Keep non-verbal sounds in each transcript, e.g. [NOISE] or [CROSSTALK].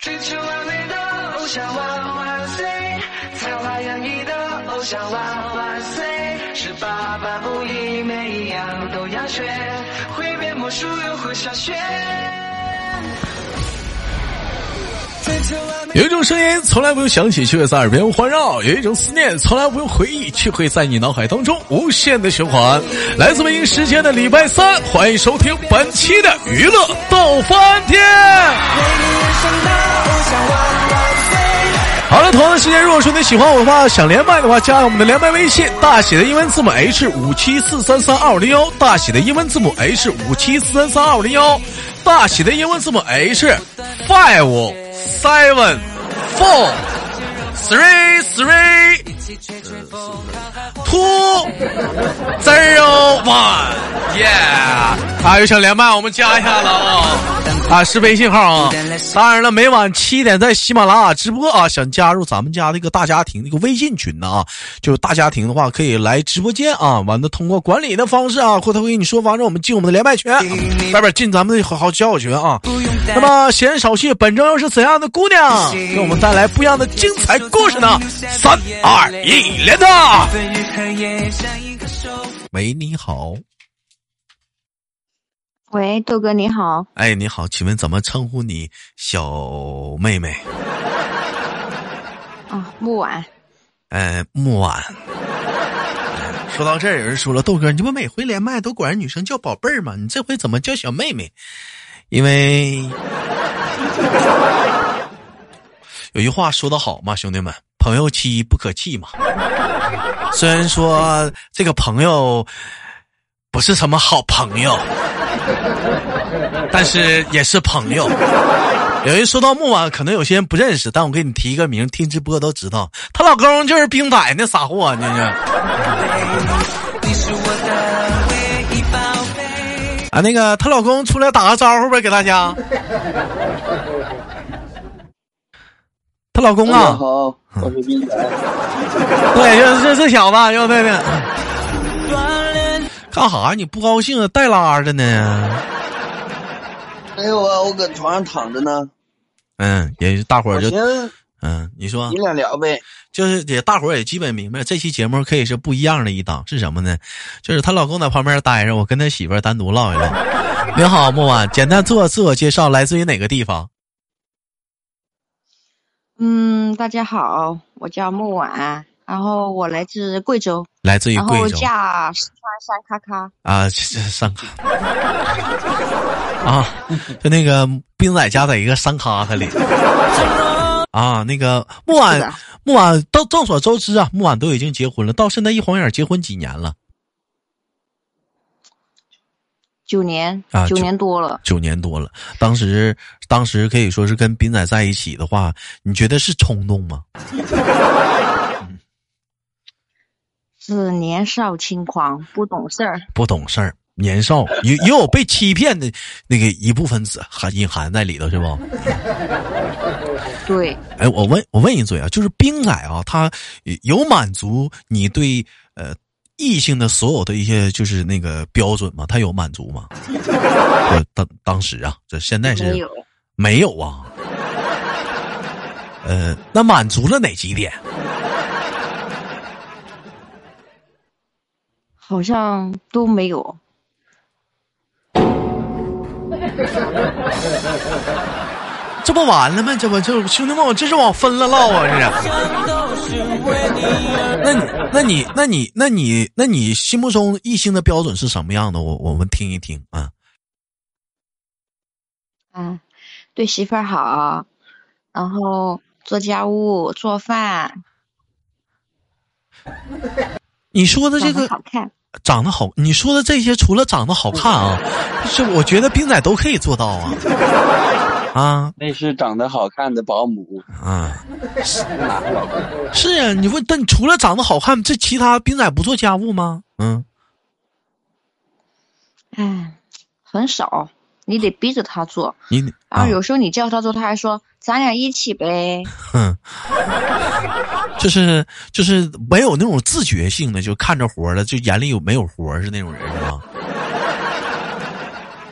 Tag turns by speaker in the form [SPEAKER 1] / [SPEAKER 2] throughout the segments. [SPEAKER 1] 追求完美的偶像哇哇塞，才华洋溢的偶像哇哇塞，十八般武艺每一样都要学，会变魔术又会下雪。追求完美
[SPEAKER 2] 有一种声音从来不用响起，却会在耳边环绕；有一种思念从来不用回忆，却会在你脑海当中无限的循环。来自北京时间的礼拜三，欢迎收听本期的娱乐逗翻天。好了，同样的时间，如果说你喜欢我的话，想连麦的话，加我们的连麦微信，大写的英文字母 H 五七四三三二五零幺，大写的英文字母 H 五七四三三二五零幺，大写的英文字母 H five seven four three three 呃 two zero one yeah 啊，有想连麦我们加一下了啊、啊，是微信号啊。当然了，每晚七点在喜马拉雅直播啊，想加入咱们家的一个大家庭的一个微信群呢啊，就是大家庭的话可以来直播间啊，完了通过管理的方式啊，或者会跟你说方式，让我们进我们的连麦群，外边进咱们的好好交友群啊。那么闲言少叙，本周又是怎样的姑娘给我们带来不一样的精彩故事呢？三二一，连打！
[SPEAKER 1] 分与黑夜像一个手。
[SPEAKER 2] 喂，你好，
[SPEAKER 3] 喂，豆哥你好，
[SPEAKER 2] 哎，你好，请问怎么称呼你小妹妹？
[SPEAKER 3] 啊，木婉，
[SPEAKER 2] 哎，木婉。呃说到这儿，有人说了，豆哥，你这不每回连麦都管人女生叫宝贝儿吗？你这回怎么叫小妹妹？因为有句话说得好嘛，兄弟们，朋友妻不可弃嘛。 [LAUGHS] 虽然说这个朋友不是什么好朋友，但是也是朋友。有人说到木婉，可能有些人不认识，但我给你提一个名，听直播都知道，她老公就是冰仔那傻货，那是。
[SPEAKER 1] 你是我的唯一宝贝。
[SPEAKER 2] 啊，那个她老公出来打个招呼呗，给大家。她老公
[SPEAKER 4] 大家
[SPEAKER 2] 啊，
[SPEAKER 4] 好，我是斌仔。
[SPEAKER 2] [LAUGHS] 对，就是这这小子，就
[SPEAKER 3] [LAUGHS]
[SPEAKER 2] 对的。干啥呀？你不高兴啊？带拉的呢？
[SPEAKER 4] 没有啊，我搁床上躺着呢。
[SPEAKER 2] 嗯，也是大伙儿
[SPEAKER 4] 我
[SPEAKER 2] 就
[SPEAKER 4] 寻思
[SPEAKER 2] 嗯，你说
[SPEAKER 4] 你俩聊呗。
[SPEAKER 2] 就是也大伙儿也基本明白，这期节目可以是不一样的一档，是什么呢？就是她老公在旁边待着，我跟她媳妇儿单独唠一唠。你好，木婉，简单做自我介绍，来自于哪个地方？
[SPEAKER 3] 嗯，大家好，我叫木婉，然后我来自贵州，
[SPEAKER 2] 来自于
[SPEAKER 3] 然后
[SPEAKER 2] 贵州。
[SPEAKER 3] 嫁四川山咔咔，
[SPEAKER 2] 啊，这这山咖啊，就那个冰仔家在一个山咖
[SPEAKER 3] [LAUGHS]
[SPEAKER 2] 咖里啊，那个木
[SPEAKER 3] 是
[SPEAKER 2] 婉
[SPEAKER 3] 的，
[SPEAKER 2] 木婉，到众所周知啊，木婉都已经结婚了，到现在一晃眼儿结婚几年了？
[SPEAKER 3] 九年
[SPEAKER 2] 啊，
[SPEAKER 3] 九
[SPEAKER 2] 九
[SPEAKER 3] 年多了，
[SPEAKER 2] 九年多了。当时，当时可以说是跟冰仔在一起的话，你觉得是冲动吗？
[SPEAKER 3] 是年少轻狂，不懂事儿，
[SPEAKER 2] 不懂事儿，年少，也也有被欺骗的那个一部分子含隐含在里头，是不？
[SPEAKER 3] 对，
[SPEAKER 2] 哎，我问我问一嘴啊，就是冰仔啊，他有满足你对呃异性的所有的一些就是那个标准吗？他有满足吗？呃当当时啊，这现在是
[SPEAKER 3] 没有，
[SPEAKER 2] 没有啊。呃，那满足了哪几点？
[SPEAKER 3] 好像都没有，
[SPEAKER 2] 这不完了吗？这不就兄弟们，我这是往分了唠啊！这是。那你那你那你那你那你心目中异性的标准是什么样的？我我们听一听啊。
[SPEAKER 3] 啊，对媳妇儿好，然后做家务、做饭，
[SPEAKER 2] 你说的这
[SPEAKER 3] 长得
[SPEAKER 2] 个
[SPEAKER 3] 好看，
[SPEAKER 2] 长得好，你说的这些除了长得好看啊，是我觉得冰仔都可以做到啊，啊
[SPEAKER 4] 那是长得好看的保姆，
[SPEAKER 2] 啊，
[SPEAKER 4] 哪个老公？
[SPEAKER 2] 是啊，你问，但你除了长得好看，这其他冰仔不做家务吗？嗯，
[SPEAKER 3] 哎，很少，你得逼着他做。
[SPEAKER 2] 你
[SPEAKER 3] 然
[SPEAKER 2] 啊
[SPEAKER 3] 后，有时候你叫他做，他还说咱俩一
[SPEAKER 2] [LAUGHS]
[SPEAKER 3] 起呗。
[SPEAKER 2] 哼，就是就是没有那种自觉性的，就看着活儿了，就眼里有没有活儿是那种人是吧？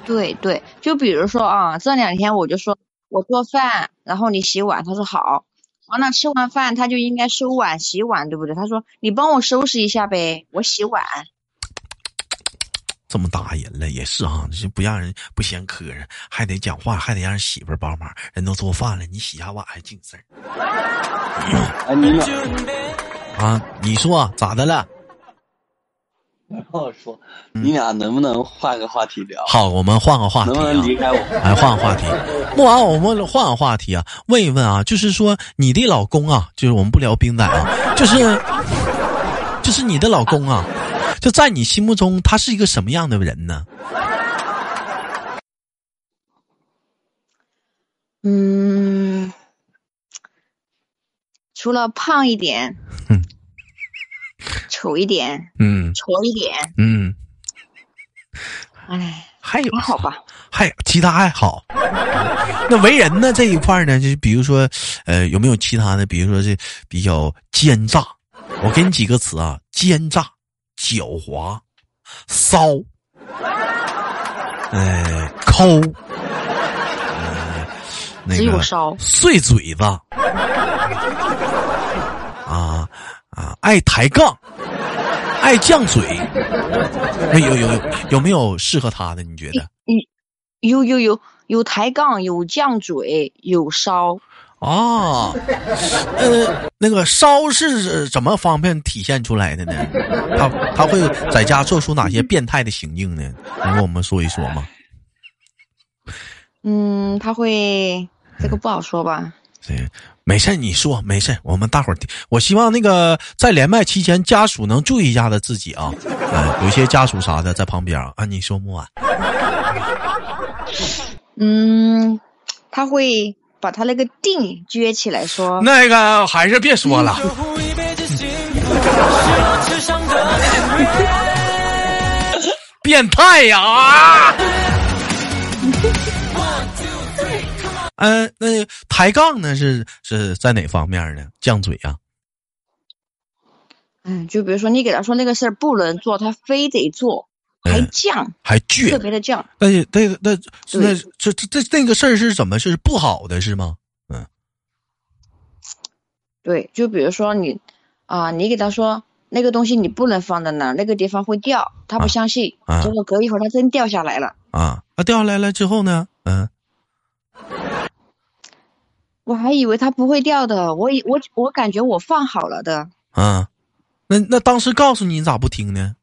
[SPEAKER 3] 对对，就比如说啊，这两天我就说我做饭，然后你洗碗。他说好。完了，吃完饭他就应该收碗洗碗，对不对？他说你帮我收拾一下呗，我洗碗。
[SPEAKER 2] 这么大人了也是啊，这不让人不嫌磕碜，还得讲话，还得让人媳妇儿帮忙。人都做饭了，你洗下碗还净事儿
[SPEAKER 4] 哎，你哪？
[SPEAKER 2] 啊？你说咋的了？
[SPEAKER 4] 然后说，你俩能不能换个话题聊？
[SPEAKER 2] 好，我们换个话题
[SPEAKER 4] 能不
[SPEAKER 2] 啊。
[SPEAKER 4] 能离开我？
[SPEAKER 2] 哎，换个话题，不完我们换个话题啊，问一问啊，就是说你的老公啊，就是我们不聊冰仔啊，就是就是你的老公啊，就在你心目中他是一个什么样的人呢？
[SPEAKER 3] 嗯，除了胖一点
[SPEAKER 2] 哼，
[SPEAKER 3] 丑一点，
[SPEAKER 2] 嗯
[SPEAKER 3] 矬一点，
[SPEAKER 2] 嗯，
[SPEAKER 3] 哎，
[SPEAKER 2] 还有
[SPEAKER 3] 还好吧。
[SPEAKER 2] 还有其他还
[SPEAKER 3] [LAUGHS]
[SPEAKER 2] 好，那为人呢这一块呢，就是比如说，呃，有没有其他的？比如说这比较奸诈，我给你几个词啊：奸诈、狡猾、骚，呃，抠，呃，那
[SPEAKER 3] 只有
[SPEAKER 2] 个
[SPEAKER 3] 骚
[SPEAKER 2] 碎嘴子，啊啊，爱抬杠，爱犟嘴。那有有有有没有适合他的？你觉得？
[SPEAKER 3] 有有有有抬杠，有犟嘴，有骚，
[SPEAKER 2] 啊，呃，那个烧是怎么方便体现出来的呢？他他会在家做出哪些变态的行径呢？能跟我们说一说吗？
[SPEAKER 3] 嗯，他会这个不好说吧？
[SPEAKER 2] 这没事儿，你说没事儿，我们大伙儿听，我希望那个在连麦期间，家属能注意一下的自己啊，呃，有些家属啥的在旁边啊，啊你说木婉，
[SPEAKER 3] 嗯，他会把他那个腚撅起来说，
[SPEAKER 2] 那个还是别说了， [LAUGHS] 变态呀
[SPEAKER 3] [LAUGHS]
[SPEAKER 2] 啊！嗯、那抬杠呢是是在哪方面呢？犟嘴啊？
[SPEAKER 3] 嗯，就比如说你给他说那个事儿不能做，他非得做，还
[SPEAKER 2] 嗯
[SPEAKER 3] 犟，
[SPEAKER 2] 还
[SPEAKER 3] 特
[SPEAKER 2] 倔？
[SPEAKER 3] 别的犟，
[SPEAKER 2] 但是那那那
[SPEAKER 3] 对
[SPEAKER 2] 这这这那个事儿是怎么是不好的是吗？嗯
[SPEAKER 3] 对，就比如说你啊、你给他说那个东西你不能放在那儿，那个地方会掉，他
[SPEAKER 2] 啊
[SPEAKER 3] 不相信，
[SPEAKER 2] 啊
[SPEAKER 3] 结果隔一会儿他真掉下来了，
[SPEAKER 2] 啊啊掉下来了之后呢？嗯、
[SPEAKER 3] 我还以为他不会掉的，我以我我感觉我放好了的，
[SPEAKER 2] 啊，那那当时告诉你，你咋不听呢？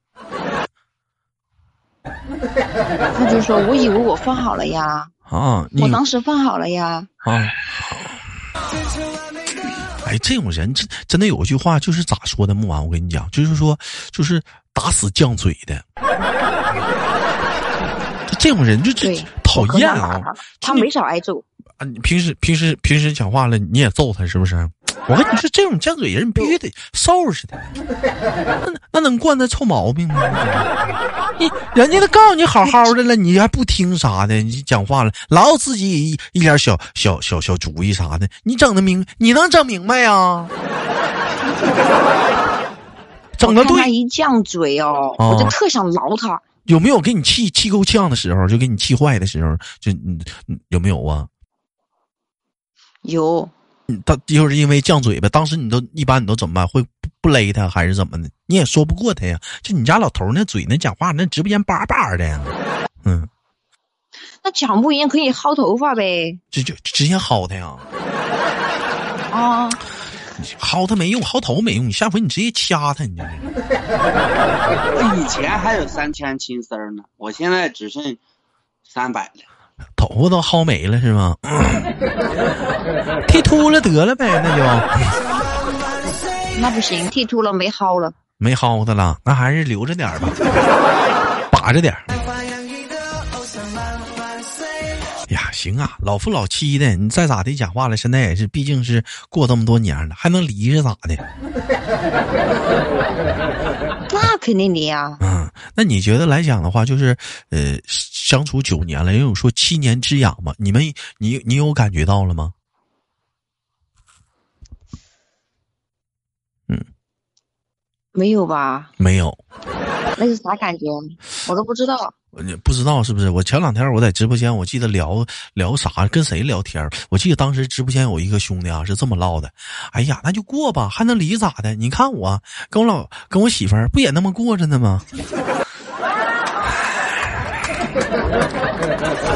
[SPEAKER 3] 他就说我以为我放好了呀，
[SPEAKER 2] 啊，你
[SPEAKER 3] 我当时放好了呀，
[SPEAKER 2] 啊，哎，这种人真真的有句话就是咋说的？木完，我跟你讲，就是说，就是打死犟嘴的，就这种人就就
[SPEAKER 3] 对
[SPEAKER 2] 讨
[SPEAKER 3] 我可
[SPEAKER 2] 厌
[SPEAKER 3] 想打
[SPEAKER 2] 啊！
[SPEAKER 3] 他了，他没少挨揍。
[SPEAKER 2] 啊，你平时平时平时讲话了，你也揍他是不是？我跟你说，这种犟嘴人你必须得收拾他，那那能惯他臭毛病吗？你人家都告诉你好好的了，你还不听啥的？你讲话了，老自己一一点小小小小主意啥的，你整的明，你能整明白呀、整
[SPEAKER 3] 我
[SPEAKER 2] 的
[SPEAKER 3] 看他
[SPEAKER 2] 对，
[SPEAKER 3] 一犟嘴哦，
[SPEAKER 2] 啊
[SPEAKER 3] 我就特想挠他。
[SPEAKER 2] 有没有给你气气够呛的时候？就给你气坏的时候，就嗯嗯有没有啊？
[SPEAKER 3] 有，
[SPEAKER 2] 他就是因为犟嘴巴，当时你都一般你都怎么办？会不不勒他还是怎么的？你也说不过他呀。就你家老头儿那嘴那讲话那直播间叭叭的呀，嗯，
[SPEAKER 3] 那讲不赢可以薅头发呗。
[SPEAKER 2] 就就直接薅他呀，
[SPEAKER 3] 啊，
[SPEAKER 2] 薅他没用，薅头没用，你下回你直接掐他，你就是
[SPEAKER 4] 我以前还有三千青丝儿呢，我现在只剩三百了。
[SPEAKER 2] 头发都薅没了是吗？ [COUGHS] 剃秃了得了呗，那就
[SPEAKER 3] 那不行，剃秃了没薅了。
[SPEAKER 2] 没薅他了，那还是留着点儿吧，把着点儿。呀，行啊，老夫老妻的，你再咋的讲话了，现在也是，毕竟是过这么多年了，还能离是咋的？
[SPEAKER 3] 那肯定的啊呀。
[SPEAKER 2] 嗯，那你觉得来讲的话，就是呃，相处九年了，也有说七年之痒嘛？你们，你你有感觉到了吗？
[SPEAKER 3] 没有吧？
[SPEAKER 2] 没有，
[SPEAKER 3] 那是啥感觉？我都不知道。
[SPEAKER 2] 你不知道是不是？我前两天我在直播间，我记得聊聊啥，跟谁聊天儿？我记得当时直播间有一个兄弟啊，是这么唠的：“哎呀，那就过吧，还能离咋的？你看我跟我老跟我媳妇儿不也那么过着呢吗？” [COUGHS]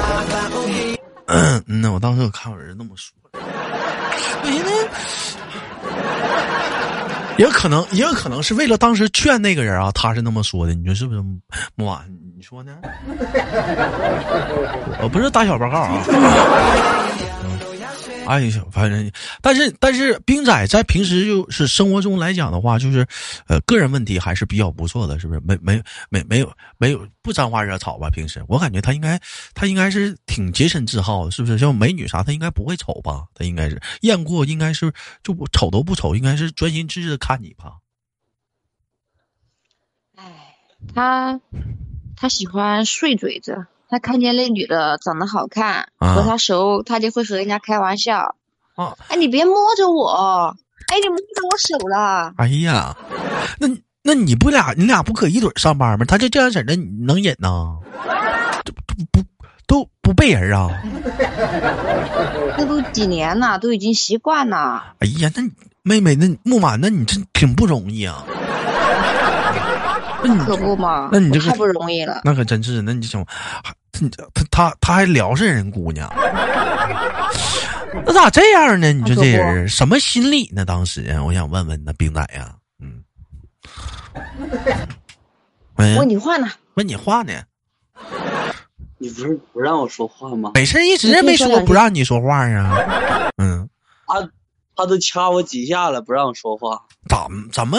[SPEAKER 2] 嗯，那我当时我看有人那么说， [LAUGHS] 我寻思。也可能，也有可能是为了当时劝那个人啊，他是那么说的，你说是不是？木婉，你说呢？我不是打小报告啊。嗯、哎呀，反正，但是但是，冰仔在平时就是生活中来讲的话，就是，呃，个人问题还是比较不错的，是不是？没没没没有没有不沾花惹草吧？平时我感觉他应该他应该是挺洁身自好的，是不是？像美女啥，他应该不会瞅吧？他应该是雁过，应该是就不瞅都不瞅，应该是专心致志的看你吧？
[SPEAKER 3] 哎，他他喜欢碎嘴子，他看见那女的长得好看，
[SPEAKER 2] 啊
[SPEAKER 3] 和他熟，他就会和人家开玩笑。
[SPEAKER 2] 啊，
[SPEAKER 3] 哎，你别摸着我，哎，你摸着我手了。
[SPEAKER 2] 哎呀，那那你不俩你俩不搁一堆儿上班吗？他就这样式儿的，你能忍呐？这不不都不背人啊？
[SPEAKER 3] 那都几年了，都已经习惯了。
[SPEAKER 2] 哎呀，那你妹妹，那你木马，那你真挺不容易啊！
[SPEAKER 3] 可不嘛，
[SPEAKER 2] 那你这
[SPEAKER 3] 我
[SPEAKER 2] 个
[SPEAKER 3] 太不容易了。
[SPEAKER 2] 那可真是，那你这种，还他他他还聊是人姑娘，那咋这样呢？你说这人什么心理呢？当时我想问问那冰仔呀，嗯，哎
[SPEAKER 3] 问你话呢？
[SPEAKER 2] 问你话呢？
[SPEAKER 4] 你不是不让我说话吗？
[SPEAKER 2] 没事儿，一直没说不让你说话啊。嗯，
[SPEAKER 4] 他他都掐我几下了，不让我说话。
[SPEAKER 2] 怎么怎么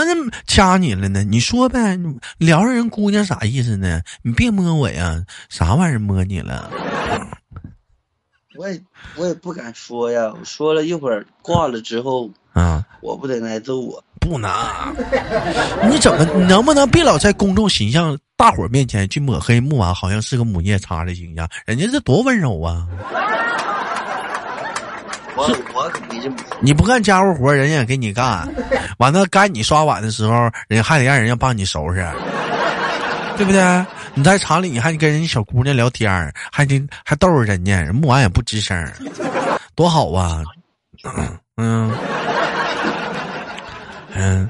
[SPEAKER 2] 掐你了呢？你说呗，你聊着人姑娘啥意思呢？你别摸我呀，啥玩意儿摸你了？
[SPEAKER 4] 我也我也不敢说呀，我说了一会儿挂了之后，
[SPEAKER 2] 啊，
[SPEAKER 4] 我不得挨揍我？
[SPEAKER 2] 不能，你怎么你能不能别老在公众形象大伙儿面前去抹黑木婉，好像是个母夜叉的形象？人家这多温柔啊！
[SPEAKER 4] 我我肯定是不会
[SPEAKER 2] 你不干家务活儿，人家也给你干，完了该你刷碗的时候，人还得让人家帮你收拾，对不对？你在厂里你还跟人家小姑娘聊天儿，还得还逗着人家，人木完也不吱声儿，多好啊！嗯嗯，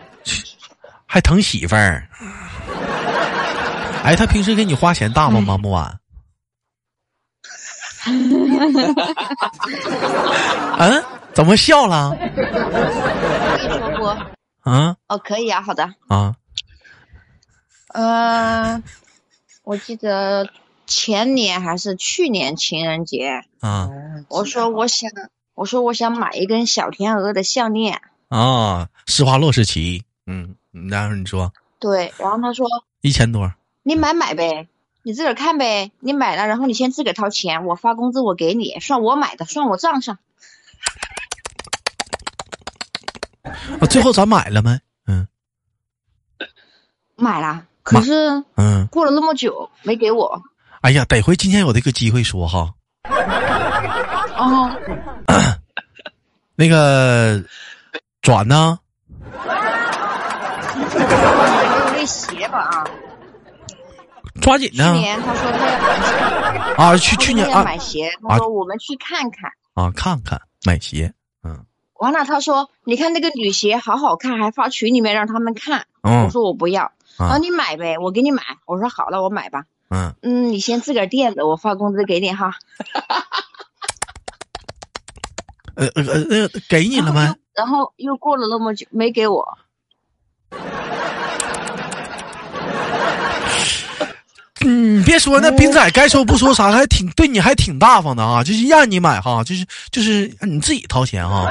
[SPEAKER 2] 还疼媳妇儿。哎，他平时给你花钱大方吗？木婉？嗯，怎么笑了？
[SPEAKER 3] 可以说不？
[SPEAKER 2] 啊
[SPEAKER 3] 哦，可以啊，好的。
[SPEAKER 2] 啊
[SPEAKER 3] 呃，我记得前年还是去年情人节，
[SPEAKER 2] 啊！
[SPEAKER 3] 我说我想，我说我想买一根小天鹅的项链。
[SPEAKER 2] 啊，施华洛世奇，嗯，然后你说
[SPEAKER 3] 对，然后他说
[SPEAKER 2] 一千多，啊
[SPEAKER 3] 你买买呗，你自个儿看呗，你买了，然后你先自个儿掏钱，我发工资我给你，算我买的，算我账上。
[SPEAKER 2] 啊，最后咱买了没？嗯
[SPEAKER 3] 买了，可
[SPEAKER 2] 买
[SPEAKER 3] 是
[SPEAKER 2] 嗯，
[SPEAKER 3] 过了那么久没给我。
[SPEAKER 2] 哎呀，得亏今天有这个机会说哈，
[SPEAKER 3] 哦，
[SPEAKER 2] 那个转呢？
[SPEAKER 3] 没有那鞋吧啊？
[SPEAKER 2] 抓紧
[SPEAKER 3] 去
[SPEAKER 2] 呢
[SPEAKER 3] 年他说他要买
[SPEAKER 2] 啊！去
[SPEAKER 3] 鞋，他
[SPEAKER 2] 去
[SPEAKER 3] 说
[SPEAKER 2] 年
[SPEAKER 3] 他要
[SPEAKER 2] 啊
[SPEAKER 3] 买鞋，
[SPEAKER 2] 啊
[SPEAKER 3] 他说我们去看看。
[SPEAKER 2] 啊，看看买鞋，嗯
[SPEAKER 3] 完了，他说：“你看那个女鞋好好看，还发群里面让他们看。”我
[SPEAKER 2] 嗯
[SPEAKER 3] 说：“我不要。”然
[SPEAKER 2] 啊
[SPEAKER 3] 后你买呗，我给你买。我说：“好了，我买吧。
[SPEAKER 2] 嗯”
[SPEAKER 3] 嗯，你先自个儿垫着，我发工资给你哈。
[SPEAKER 2] 呃呃呃，呃给你了没？
[SPEAKER 3] 然后又过了那么久没给我，
[SPEAKER 2] 嗯，你别说那斌仔该说不说啥，还挺对你还挺大方的啊，就是让你买哈，就是就是你自己掏钱哈。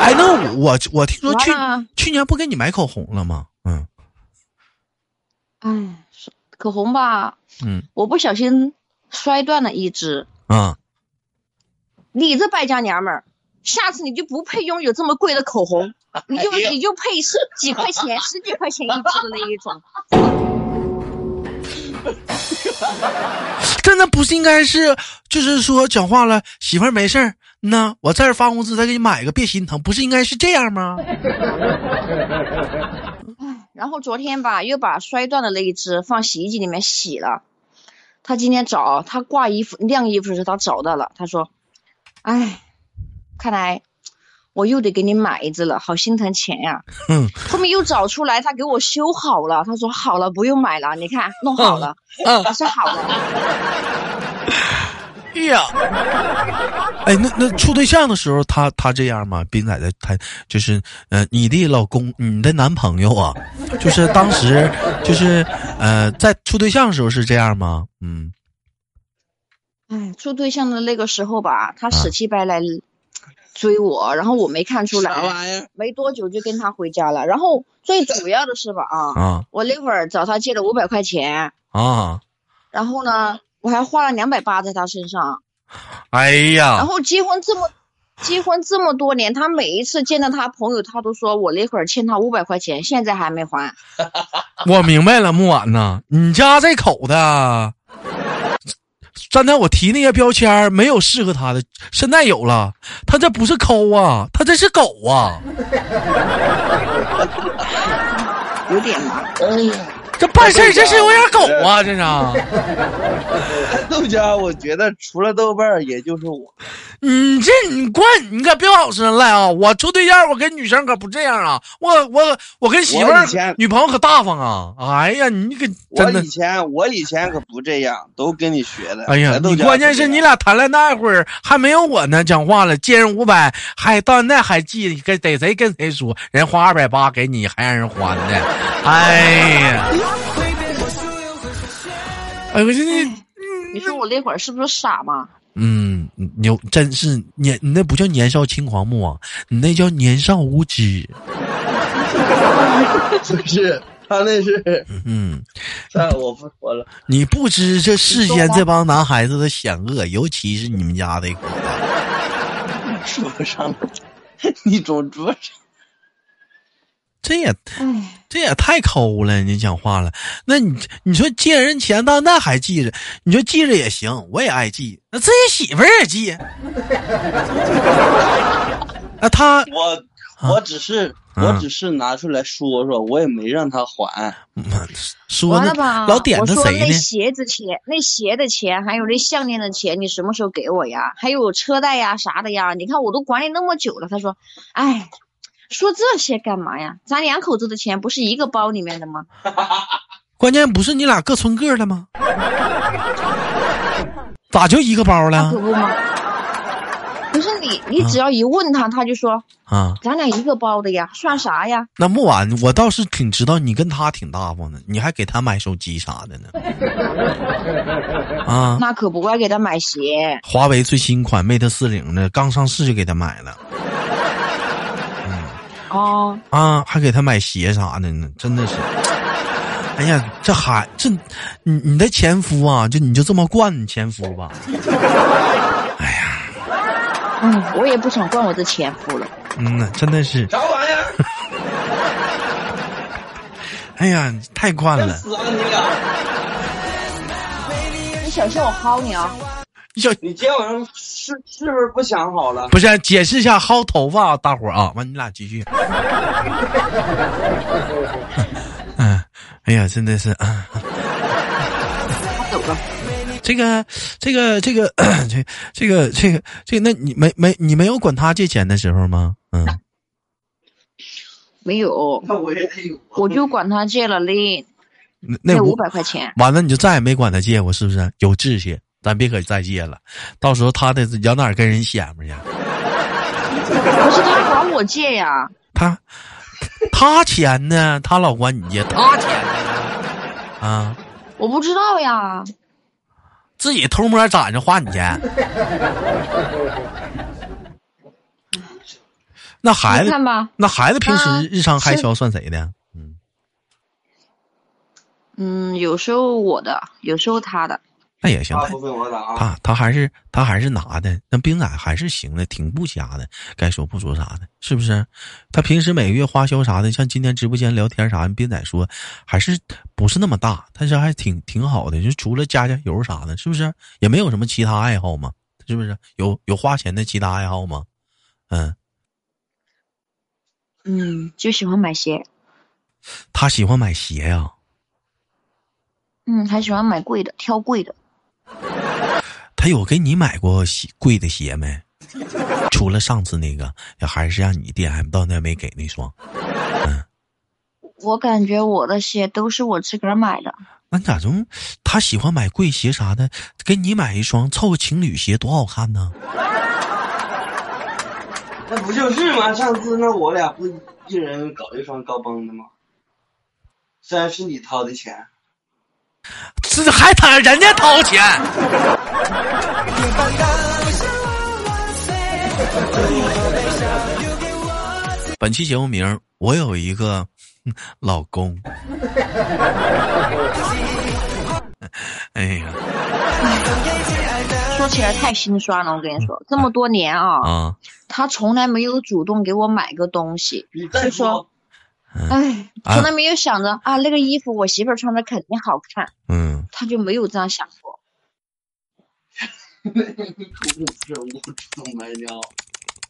[SPEAKER 2] 哎，那我我听说去
[SPEAKER 3] 完了
[SPEAKER 2] 去年不给你买口红了吗？嗯
[SPEAKER 3] 哎，是口红吧，
[SPEAKER 2] 嗯
[SPEAKER 3] 我不小心摔断了一支。
[SPEAKER 2] 啊，
[SPEAKER 3] 你这败家娘们儿，下次你就不配拥有这么贵的口红，你就你就配十几块钱、十几块钱一支的那一种。
[SPEAKER 2] 这那不是应该是就是说讲话了，媳妇儿没事儿，嗯呐，我在这儿发工资，再给你买一个，别心疼，不是应该是这样吗？
[SPEAKER 3] 唉，然后昨天吧，又把摔断的那一只放洗衣机里面洗了。他今天找他挂衣服晾衣服的时候，他找到了，他说：“唉，看来我又得给你买一只了，好心疼钱呀、
[SPEAKER 2] 嗯
[SPEAKER 3] 后面又找出来，他给我修好了，他说：“好了，不用买了，你看弄好了，
[SPEAKER 2] 嗯
[SPEAKER 3] 我，说好了。
[SPEAKER 2] 哎呀，哎，那那处对象的时候，他他这样吗？斌仔的他就是，呃，你的老公，你的男朋友啊，就是当时就是，呃，在处对象的时候是这样吗？嗯，”
[SPEAKER 3] 唉，处哎对象的那个时候吧，他死乞白赖追我，然后我没看出
[SPEAKER 4] 啥
[SPEAKER 3] 来，
[SPEAKER 4] 玩意儿？
[SPEAKER 3] 没多久就跟他回家了。然后最主要的是吧，啊，
[SPEAKER 2] 啊
[SPEAKER 3] 我那会儿找他借了五百块钱，
[SPEAKER 2] 啊，
[SPEAKER 3] 然后呢，我还花了两百八在他身上。
[SPEAKER 2] 哎
[SPEAKER 3] 然
[SPEAKER 2] 呀，
[SPEAKER 3] 后结婚这么，结婚这么多年，他每一次见到他朋友，他都说我那会儿欠他五百块钱，现在还没还。
[SPEAKER 2] [LAUGHS] 我明白了，木婉呐，你家这口子啊， [LAUGHS] 刚才我提那些标签儿没有适合他的，现在有了，他这不是抠啊，他这是狗啊，
[SPEAKER 3] 有点嘛，
[SPEAKER 4] 哎
[SPEAKER 2] 这办事儿这是有点狗啊，这是啊。
[SPEAKER 4] 豆家，我觉得除了豆瓣儿，也就是我。
[SPEAKER 2] 你这你惯你可别往我身上赖啊！我处对象，我跟女生可不这样啊！我我我跟媳妇
[SPEAKER 4] 我
[SPEAKER 2] 儿
[SPEAKER 4] 以前、
[SPEAKER 2] 女朋友可大方啊！哎呀，你可
[SPEAKER 4] 我
[SPEAKER 2] 真的
[SPEAKER 4] 以，前我以前可不这样，都跟你学的。
[SPEAKER 2] [LAUGHS] 哎呀，
[SPEAKER 4] 咱豆
[SPEAKER 2] 你
[SPEAKER 4] 家
[SPEAKER 2] 关键
[SPEAKER 4] 不这
[SPEAKER 2] 是
[SPEAKER 4] 样
[SPEAKER 2] 你俩谈恋爱那会儿还没有我呢，讲话了，借人五百，还到现在还记跟逮谁跟谁说，人花二百八给你，还让人还呢，哎呀，哎我这你。
[SPEAKER 3] 你说我那会儿是不是傻嘛？
[SPEAKER 2] 嗯，你有真是年，你那不叫年少轻狂魔，你那叫年少无知。
[SPEAKER 4] 不是他那是，
[SPEAKER 2] 嗯，
[SPEAKER 4] 算了，我不说了。
[SPEAKER 2] 你不知这世间这帮男孩子的险恶，尤其是你们家的。
[SPEAKER 4] 说不上了，你总说
[SPEAKER 2] 这也
[SPEAKER 3] 唉，
[SPEAKER 2] 这也太抠了，你讲话了。那你你说借人钱到那还记着，你说记着也行，我也爱记。那自己媳妇儿也记。 [LAUGHS] 啊，他
[SPEAKER 4] 我我只是、
[SPEAKER 2] 啊
[SPEAKER 4] 我只是拿出来说说，我也没让他还。
[SPEAKER 2] 嗯说
[SPEAKER 3] 完
[SPEAKER 2] 那
[SPEAKER 3] 了吧？
[SPEAKER 2] 老点
[SPEAKER 3] 我
[SPEAKER 2] 他
[SPEAKER 3] 说
[SPEAKER 2] 谁
[SPEAKER 3] 那
[SPEAKER 2] 呢？
[SPEAKER 3] 鞋子钱，那鞋的钱，还有那项链的钱，你什么时候给我呀？还有车贷呀啥的呀？你看我都管你那么久了。他说，哎，说这些干嘛呀？咱两口子的钱不是一个包里面的吗？
[SPEAKER 2] 关键不是你俩各存各的吗？咋就一个包
[SPEAKER 3] 那啊可
[SPEAKER 2] 了
[SPEAKER 3] 不吗？不是你，你只要一问他，他就说
[SPEAKER 2] 啊？
[SPEAKER 3] 咱俩一个包的呀，算啥呀？
[SPEAKER 2] 那木婉，我倒是挺知道你跟他挺大方的，你还给他买手机啥的呢。 [LAUGHS] 啊，
[SPEAKER 3] 那可不，我还给他买鞋。
[SPEAKER 2] 华为最新款 Mate 四零的，刚上市就给他买了
[SPEAKER 3] 哦，
[SPEAKER 2] 啊，还给他买鞋啥的呢，真的是。哎呀，这孩这，你你的前夫啊，就你就这么惯你前夫吧？
[SPEAKER 3] 嗯，我也不想惯我的前夫了。
[SPEAKER 2] 嗯呐，真的是，
[SPEAKER 4] 啥玩意儿？
[SPEAKER 2] [LAUGHS] 哎呀，太惯了。
[SPEAKER 4] 死啊你俩！
[SPEAKER 3] 你小心我薅你啊！
[SPEAKER 2] 小
[SPEAKER 4] 你今天晚上是是不是不想好了？
[SPEAKER 2] 不是解释一下薅头发啊，大伙儿啊，完你俩继续。 [LAUGHS] 嗯，哎呀，真的是啊。
[SPEAKER 3] 走了。
[SPEAKER 2] [LAUGHS] 这个，这个，这个， [COUGHS] 这，这个，这个，这个，那你没没你没有管他借钱的时候吗？嗯，
[SPEAKER 3] 没有，
[SPEAKER 4] 那我也得有。啊
[SPEAKER 3] 我就管他借了那
[SPEAKER 2] 那那
[SPEAKER 3] 那
[SPEAKER 2] 五
[SPEAKER 3] 五百块钱。
[SPEAKER 2] 完了你就再也没管他借过，是不是？有志气，咱别可再借了，到时候他得养哪儿跟人显摆去？
[SPEAKER 3] 可是他管我借呀，
[SPEAKER 2] 他他钱呢？他老管你借，他钱呢？啊，
[SPEAKER 3] 我不知道呀。
[SPEAKER 2] 自己偷摸攒着花你钱。那孩
[SPEAKER 3] 你
[SPEAKER 2] 子，
[SPEAKER 3] 看吧，
[SPEAKER 2] 那孩子平时
[SPEAKER 3] 啊
[SPEAKER 2] 日常开
[SPEAKER 3] 是
[SPEAKER 2] 销算谁的？
[SPEAKER 3] 嗯，有时候我的，有时候他的。
[SPEAKER 2] 那也行，
[SPEAKER 4] 大
[SPEAKER 2] 那
[SPEAKER 4] 部分我打啊，
[SPEAKER 2] 他他还是他还是拿的，那冰仔还是行的，挺顾家的，该说不说啥的，是不是？他平时每个月花销啥的，像今天直播间聊天啥的，冰仔说还是不是那么大，但是还挺挺好的，就除了加加油啥的，是不是？也没有什么其他爱好嘛，是不是？有有花钱的其他爱好吗？嗯，
[SPEAKER 3] 嗯，就喜欢买鞋，
[SPEAKER 2] 他喜欢买鞋啊呀、
[SPEAKER 3] 嗯，还喜欢买贵的，挑贵的，
[SPEAKER 2] 他有给你买过鞋贵的鞋没？ [LAUGHS] 除了上次那个，还是让你店还到那没给那双，
[SPEAKER 3] 我感觉我的鞋都是我自个儿买的，
[SPEAKER 2] 那你咋中？他喜欢买贵鞋啥的，给你买一双凑个情侣鞋多好看呢？
[SPEAKER 4] 那不就是吗？上次那我俩不一人搞一双高帮的吗？虽然是你掏的钱，
[SPEAKER 2] 这还他人家掏钱？ [LAUGHS] 本期节目名儿，我有一个 [LAUGHS] 哼老公。 [LAUGHS] 哎呀
[SPEAKER 3] 说起来太心酸了。我跟你说，这么多年啊，
[SPEAKER 2] 啊！
[SPEAKER 3] 他从来没有主动给我买个东西，
[SPEAKER 4] 你再说，
[SPEAKER 3] 哎，
[SPEAKER 2] 啊
[SPEAKER 3] 从来没有想着啊，那个衣服我媳妇儿穿着肯定好看，
[SPEAKER 2] 嗯，
[SPEAKER 3] 他就没有这样想过。
[SPEAKER 4] 不是我出门了。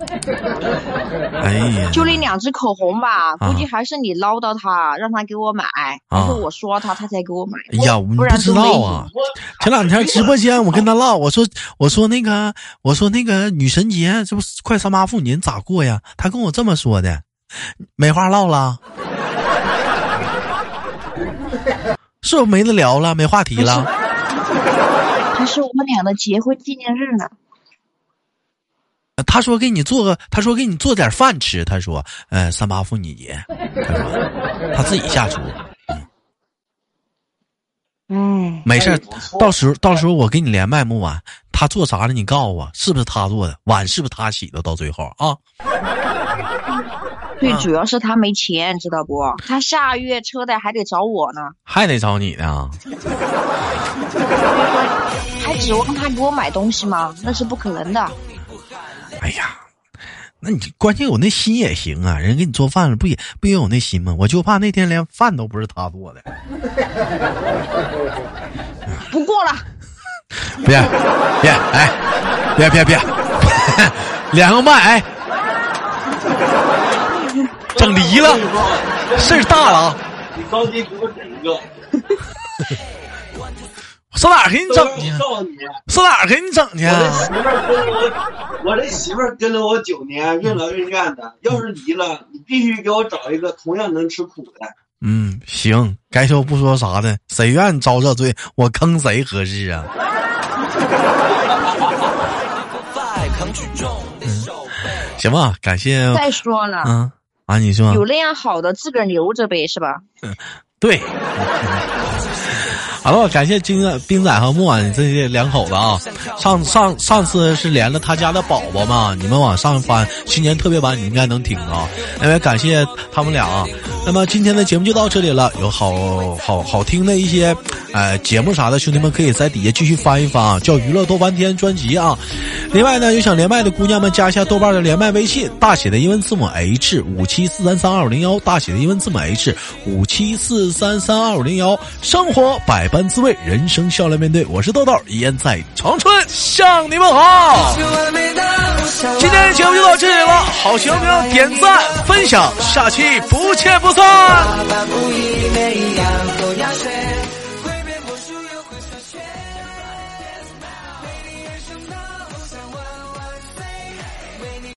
[SPEAKER 2] 哎呀，
[SPEAKER 3] 就那两支口红吧，
[SPEAKER 2] 啊
[SPEAKER 3] 估计还是你唠叨他，让他给我买，还是我说他，他才给我买。
[SPEAKER 2] 哎呀，我们
[SPEAKER 3] 不然
[SPEAKER 2] 不知
[SPEAKER 3] 都没
[SPEAKER 2] 道
[SPEAKER 3] 有
[SPEAKER 2] 啊。前两天直播间，我跟他唠，我说我说那个我说那个女神节，这不是快三八妇女节咋过呀？他跟我这么说的，没话唠了，是不是没得聊了，没话题了？
[SPEAKER 3] 还是我们俩的结婚纪念日呢。
[SPEAKER 2] 他说给你做个，他说给你做点饭吃，他说，呃，三八妇女节，他说他自己下厨，
[SPEAKER 3] 哎，
[SPEAKER 2] 没事儿
[SPEAKER 4] 哎不错
[SPEAKER 2] 到时候到时候我给你连麦木碗，他做啥了你告诉我，是不是他做的？碗是不是他洗的？到最后啊，
[SPEAKER 3] 对
[SPEAKER 2] 啊，
[SPEAKER 3] 主要是他没钱，知道不？他下月车贷还得找我呢，
[SPEAKER 2] 还得找你呢。
[SPEAKER 3] 还指望他给我买东西吗？那是不可能的。
[SPEAKER 2] 哎呀，那你关键有那心也行啊，人给你做饭了不也不也有那心吗？我就怕那天连饭都不是他做的，
[SPEAKER 3] 不过了，
[SPEAKER 2] 别别哎，别别别，连个麦哎，整离了，事儿大了啊！
[SPEAKER 4] 你着急给我整一个，
[SPEAKER 2] 我上哪儿给你整去？
[SPEAKER 4] 告诉你，
[SPEAKER 2] 上哪儿给你整去
[SPEAKER 4] 我
[SPEAKER 2] 啊？
[SPEAKER 4] 这媳妇儿跟了我，我这媳妇儿跟了我九年，任劳任怨的。要是离了，你必须给我找一个同样能吃苦的。
[SPEAKER 2] 嗯，行，该说不说啥的，谁愿意遭这罪，我坑谁合适啊？嗯，行吧，感谢。
[SPEAKER 3] 再说了，
[SPEAKER 2] 啊啊，你说
[SPEAKER 3] 有那样好的自个儿留着呗，是吧？
[SPEAKER 2] 对。 [LAUGHS] 好了，感谢金仔、冰仔和木婉这些两口子啊。上上上次是连了他家的宝宝嘛，你们往上翻新年特别版，你们应该能听到。那么感谢他们俩啊。那么今天的节目就到这里了，有好好好听的一些呃节目啥的，兄弟们可以在底下继续翻一翻啊，叫《娱乐多翻天》专辑啊。另外呢，有想连麦的姑娘们，加一下豆瓣的连麦微信，大写的英文字母 H 五七四三三二五零幺，大写的英文字母 H 五七四三三二五零幺。生活百般滋味，人生笑来面对。我是豆豆，依然在长春向你们好。今天的节目就到这里了，好节目点赞分享，下期不见不散。
[SPEAKER 1] 爸爸不一每一样都要学。